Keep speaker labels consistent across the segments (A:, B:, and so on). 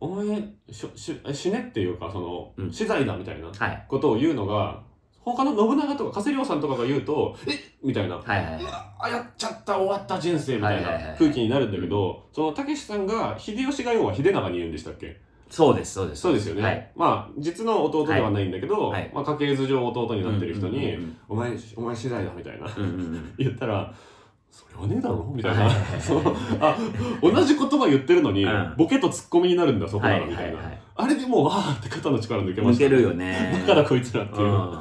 A: 応援しししねっていうかその、
B: うん
A: 資材だみたいな
B: はい。
A: ことを言うのが他の信長とか加瀬亮さんとかが言うと「えみたいな
B: はいはいはい。
A: あやっちゃった終わった人生みたい
B: はいはいはいは
A: ない空気になるんだけど、そのたけしさんが秀吉が要は秀長に言うんでしたっけ
B: そうです、そうです。
A: そうですよね、
B: はい
A: まあ実の弟ではないんだけど、
B: はいはい
A: まあ、家系図上弟になってる人に「
B: うん
A: お前お前次第だ」みたいな
B: うんうん。うんうんうん
A: 言ったら「それはねえだろ」みたいな、
B: はいはいはい
A: そうあ同じ言葉言ってるのに、
B: うん
A: ボケとツッコミになるんだそこ
B: は
A: なら
B: い
A: みた
B: はいい
A: な、
B: はい。
A: あれでもうあーって肩の力抜けま
B: 抜
A: した
B: けるよね。
A: だからこいつらっていうう、
B: ん。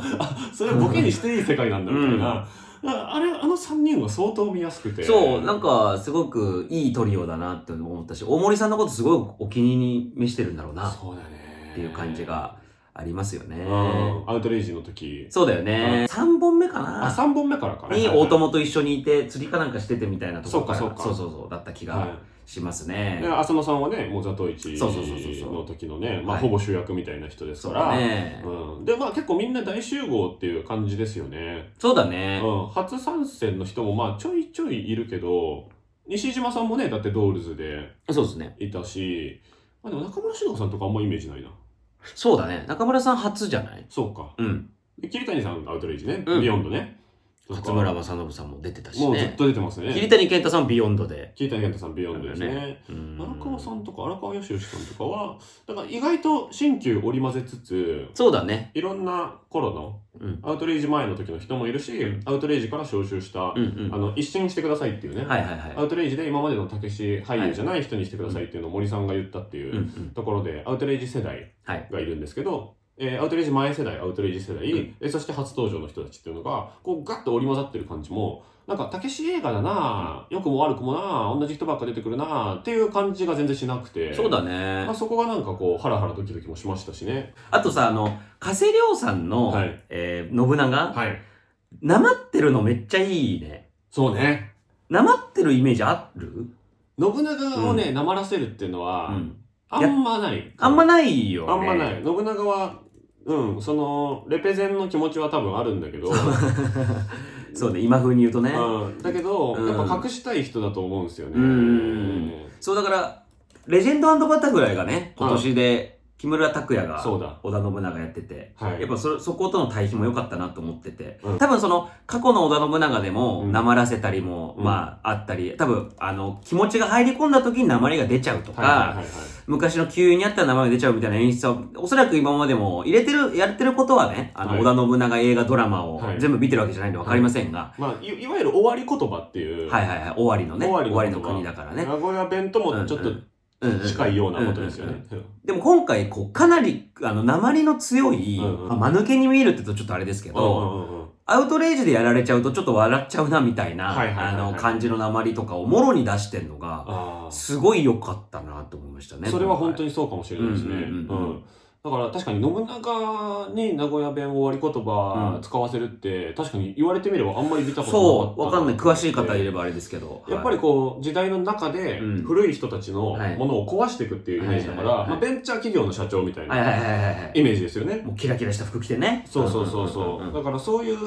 A: それはボケにしていい世界なんだみたいな、ああれあの3人は相当見やすくて
B: そう、なんか、すごくいいトリオだなって思ったし、大森さんのことすごいお気に召してるんだろうな、っ
A: そうだね
B: ていう感じがありますよ
A: う
B: ね。
A: んアウトレイジの時
B: そうだよね。3本目か
A: あ
B: な
A: 三3本目からかね
B: に大友と一緒にいて、釣りかなんかしててみたいなところから
A: そうかそうか
B: そうそうそう、だった気
A: はい
B: がしますね。
A: で浅野さんはねもうザトイチ
B: そうそうそうそうそう
A: の時のね、まあ、
B: はい
A: ほぼ主役みたいな人です
B: そ
A: か
B: う
A: ら
B: だね。
A: うん、でまあ結構みんな大集合っていう感じですよね、
B: そうだ
A: う
B: ね。
A: ん、初参戦の人もまあちょいちょいいるけど西島さんもねだってドールズで
B: そうですね。
A: いたし、まあ、でも中村獅童さんとかあんまイメージないな
B: そうだね。中村さん初じゃない
A: そうか
B: うん。
A: で桐谷さんアウトレイジね、
B: うん
A: ビヨンドねとか
B: 勝村正信さんも出てたし
A: もうずっ
B: ね。
A: と出てますね
B: 桐谷健太さんビヨンドで。
A: 桐谷健太さんビヨンドですね
B: なんだようん
A: 荒川さんとか荒川義義さんとかはだから意外と新旧織り交ぜつつ
B: そうだね。
A: いろんな頃の
B: うん。
A: アウトレイジ前の時の人もいるし、アウトレイジから招集した
B: うんうん。
A: あの一新してくださいっていうね、
B: はいはい
A: ア
B: はい。
A: ウトレイジで今までのたけし俳優じゃない人にしてくださいっていうのを森さんが言ったって
B: うん
A: い
B: う。
A: うんところで、アウトレイジ世代
B: はい。
A: がいるんですけど、えーアウトレイジ前世代アウトレイジ世代、
B: うん
A: えそして初登場の人たちっていうのがこうガッと織り交ざってる感じもなんかたけし映画だな良、くも悪くもな同じ人ばっか出てくるなっていう感じが全然しなくて
B: そうだ
A: ま
B: ね
A: あ、。そこがなんかこうハラハラドキドキもしましたしね
B: あとさ、あの、加瀬亮さんの、
A: はい
B: えー信長、
A: はい
B: なまってるのめっちゃいいね。
A: そうね
B: なまってるイメージある
A: 信長をねなまらせるっていうのは、
B: うん。
A: あんまない
B: あんまないよ、ね。
A: あんまない。。信長は、うん、その、レペゼンの気持ちは多分あるんだけど、
B: そうね、今風に言うとね。
A: うん、だけど、
B: うん
A: やっぱ隠したい人だと思うんですよね。
B: うんそうだから、レジェンドバタフライがね、今年で、木村拓哉が、
A: そうだ。
B: 織田信長やってて、
A: はい。
B: やっぱそそことの対比も良かったなと思ってて、
A: うん
B: 多分その過去の織田信長でも
A: うん
B: なまらせたりも、
A: うん
B: まああったり多分あの気持ちが入り込んだ時になまりが出ちゃうとか、
A: はいはいはいはい、
B: 昔の旧友にあった名前が出ちゃうみたいな演出はおそらく今までも入れてるやってることはねあの、
A: はい
B: 織田信長映画ドラマを
A: はい
B: 全部見てるわけじゃないんで分かりませんが、
A: まあい、いわゆる終わり言葉っていう、
B: はい、はいはい終わりのね
A: 終
B: 終
A: わ
B: わ
A: り
B: り
A: の
B: の
A: 言葉
B: 国だからね、
A: 名古屋弁ともちょっ
B: う
A: と
B: うんうん
A: 近いようなことですよ
B: うん
A: ね。
B: でも今回こうかなりあの鉛の強い、
A: うんうん
B: まあ間抜けに見えるって言うとちょっとあれですけ
A: う
B: ど、
A: んうんうんうん
B: アウトレイジでやられちゃうとちょっと笑っちゃうなみたいな、
A: はいはいはい
B: あ
A: はい
B: の感じの鉛とかをもろに出してんのが、
A: あー
B: すごい良かったなと思いましたね。
A: それは本当
B: に。
A: にそうかもしれないですね。う
B: うんうんうんうん
A: んだから確かに信長に名古屋弁終わり言葉使わせるって、確かに言われてみればあんまり見たことなかった
B: そう、わかんない。詳しい方い
A: る
B: ればあれですけど。
A: やっぱりこう時代の中で
B: うん
A: 古い人たちの
B: はい
A: ものを壊していくっていうイメージだか
B: はいは
A: ら、
B: いはい
A: まあ、ベンチャー企業の社長みたい
B: はい、はい
A: な
B: はいはいはいはい。
A: イメージですよね。
B: もうキラキラした服着てね。
A: そうそうそう
B: うん
A: そう。
B: んんん
A: だからそういう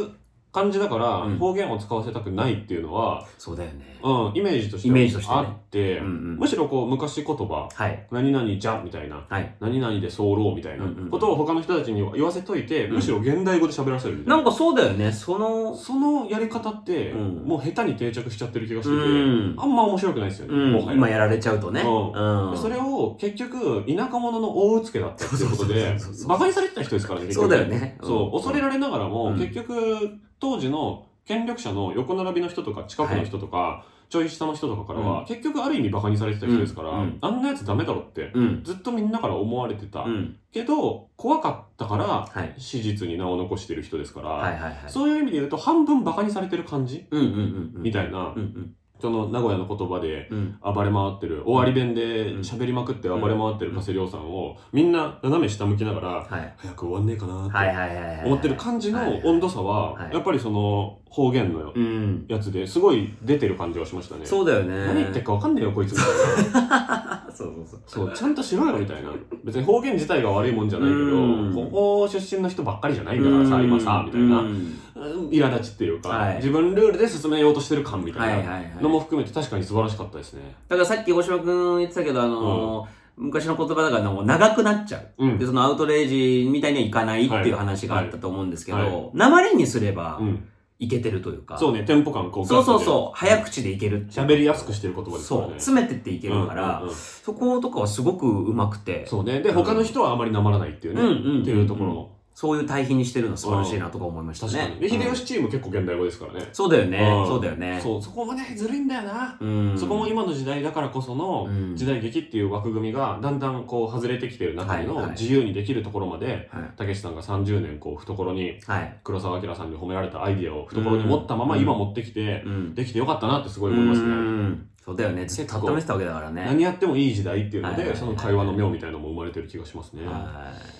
A: 感じだから
B: うん
A: 方言を使わせたくないっていうのは、
B: そうだよね。
A: うん、イメージとして
B: イメージとしてね
A: あって、
B: うんうん
A: むしろこう昔言葉
B: はい。
A: 何々じゃみたいな
B: はい。
A: 何々で候みたいな
B: うんうん
A: ことを他の人たちに言わせといて、
B: うん
A: むしろ現代語で喋らせるみた
B: ないん
A: な。
B: かそうだよね。その、
A: そのやり方って、
B: うん
A: もう下手に定着しちゃってる気がし
B: う
A: てて、
B: ん。
A: あんま面白くないですよね、
B: うん
A: もはや。
B: 今やられちゃうとね。
A: うん
B: うん。
A: それを結局田舎者の大うつけだったっていうことで
B: そうそうそうそう
A: 馬鹿にされてた人ですからね結
B: そ
A: 局
B: うだよね。
A: そう恐れ
B: る。
A: られながらも、
B: うん
A: 結局当時の権力者の横並びの人とか近くの人とか、ちょい下の人とかからは、
B: う
A: 結局ある意味馬鹿にされてた人ですから、
B: うんうん
A: あんなやつダメだろって
B: うん。
A: ずっとみんなから思われてた、
B: うん。
A: けど怖かったから
B: はい。
A: 史実に名を残してる人ですから、
B: はいはいはい。
A: そういう意味で言うと半分馬鹿にされてる感じ
B: うんうんうんうん。
A: みたいな、
B: うんうん。
A: その名古屋の言葉で
B: うん。
A: 暴れ回ってる終わり弁で
B: うん
A: 喋りまくって暴れ回ってる加瀬亮さんをみんな斜め下向きながら
B: はい。
A: 早く終わんねえかな
B: はい
A: って
B: はいはいはい。
A: 思ってる感じの温度差
B: は
A: はいやっぱりその方言の
B: うん。
A: やつですごい出てる感じはしましたね。
B: そうだよね。
A: 何言ってるか分かんねえよこいつみ たいな
B: そうそうそう。
A: そうちゃんとしろよみたいな別に方言自体が悪いもんじゃないけ
B: うん
A: どここ出身の人ばっかりじゃないんだからさ今さみたいなうん苛立ちっていう
B: は
A: か
B: い
A: 自分ルールで進めようとしてる感み
B: はい
A: た
B: はい
A: いな
B: はい。
A: のも含めて確かに素晴らしかったですね。
B: だからさっき大島くん言ってたけど、あのー昔の言葉だからもう長くなっちゃう。
A: うん
B: で、そのアウトレイジみたいにはいかないっていう
A: はい
B: 話があったと思うんですけど、
A: はい
B: 訛りにすれば
A: う、ん
B: いけてるというか、
A: そうねテンポ感こう
B: そうそう
A: ガッ
B: そう、早口でいけるって
A: と
B: いう
A: 喋りやすくしてる言葉ですから
B: そ
A: ね
B: う、詰めてっていけるか
A: うん
B: ら、
A: うんうん
B: そことかはすごくうまくて、
A: そうねで他の人はあまりなまらないっていうね、
B: うんうんうん
A: っていうところ
B: そういう対比にしてるの素晴らしいなとか思いました
A: 確か
B: ね
A: に、。で秀
B: うん
A: 吉チーム結構現代語ですからね、
B: そうだよね
A: う、ん
B: そうだよね。
A: そうそこもねずるいんだよな、
B: うん
A: そこも今の時代だからこその
B: うん
A: 時代劇っていう枠組みがだんだんこう外れてきてる中で
B: はいは
A: の
B: い
A: 自由にできるところまで
B: はい。
A: たけしさんが30年こう懐に
B: はい。
A: 黒澤明さんに褒められたアイディアを懐に持ったまま
B: うん
A: 今持ってきて
B: うん。
A: できてよかったなってすごい思います
B: う
A: ね。
B: んそうだよね、ずっと
A: 結構
B: 温めてたわけだからね。
A: 何やってもいい時代っていうの
B: はいはいは
A: で
B: い
A: その会話の妙みたいなのも生まれてる気がしますね。
B: は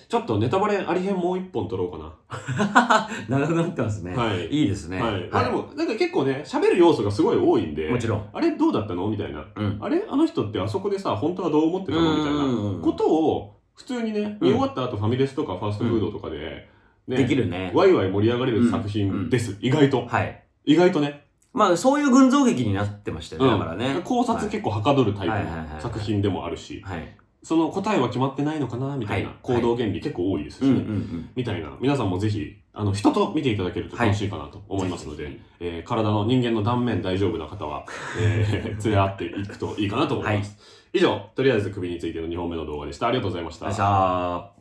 A: ちょっとネタバレありへんもう一本取ろうかな。
B: い長くなってますね。
A: はい。
B: いいですね。
A: はい。あでもなんか結構ね喋る要素がすごい多いんで
B: もちろん。
A: あれどうだったのみたいな
B: うん。
A: あれあの人ってあそこでさ本当はどう思ってたのみたいな。ことを普通にね、
B: うん
A: 見終わった後ファミレスとかファーストフードとかで、ね
B: できるね。
A: ワイワイ盛り上がれる作品です、意外と
B: はい。
A: 意外とね
B: まあ、そういう群像劇になってましたよね。
A: うん
B: だからね。
A: 考察結構はかどるタイ
B: はいはいは
A: プ
B: いは
A: の
B: い
A: 作品でもあるし
B: はい。
A: その答えは決まってないのかなみたいな
B: はい
A: 行動原理結構多いですし
B: うん
A: ね、
B: うんうん。
A: みたいな皆さんもぜひあの人と見ていただけると楽しいかなと思いますので、えー体の人間の断面大丈夫な方は、え ー連れ合っていくといいかなと思います、以上とりあえず首についての2本目の動画でしたありがとうございまし
B: よ
A: た
B: っしゃー。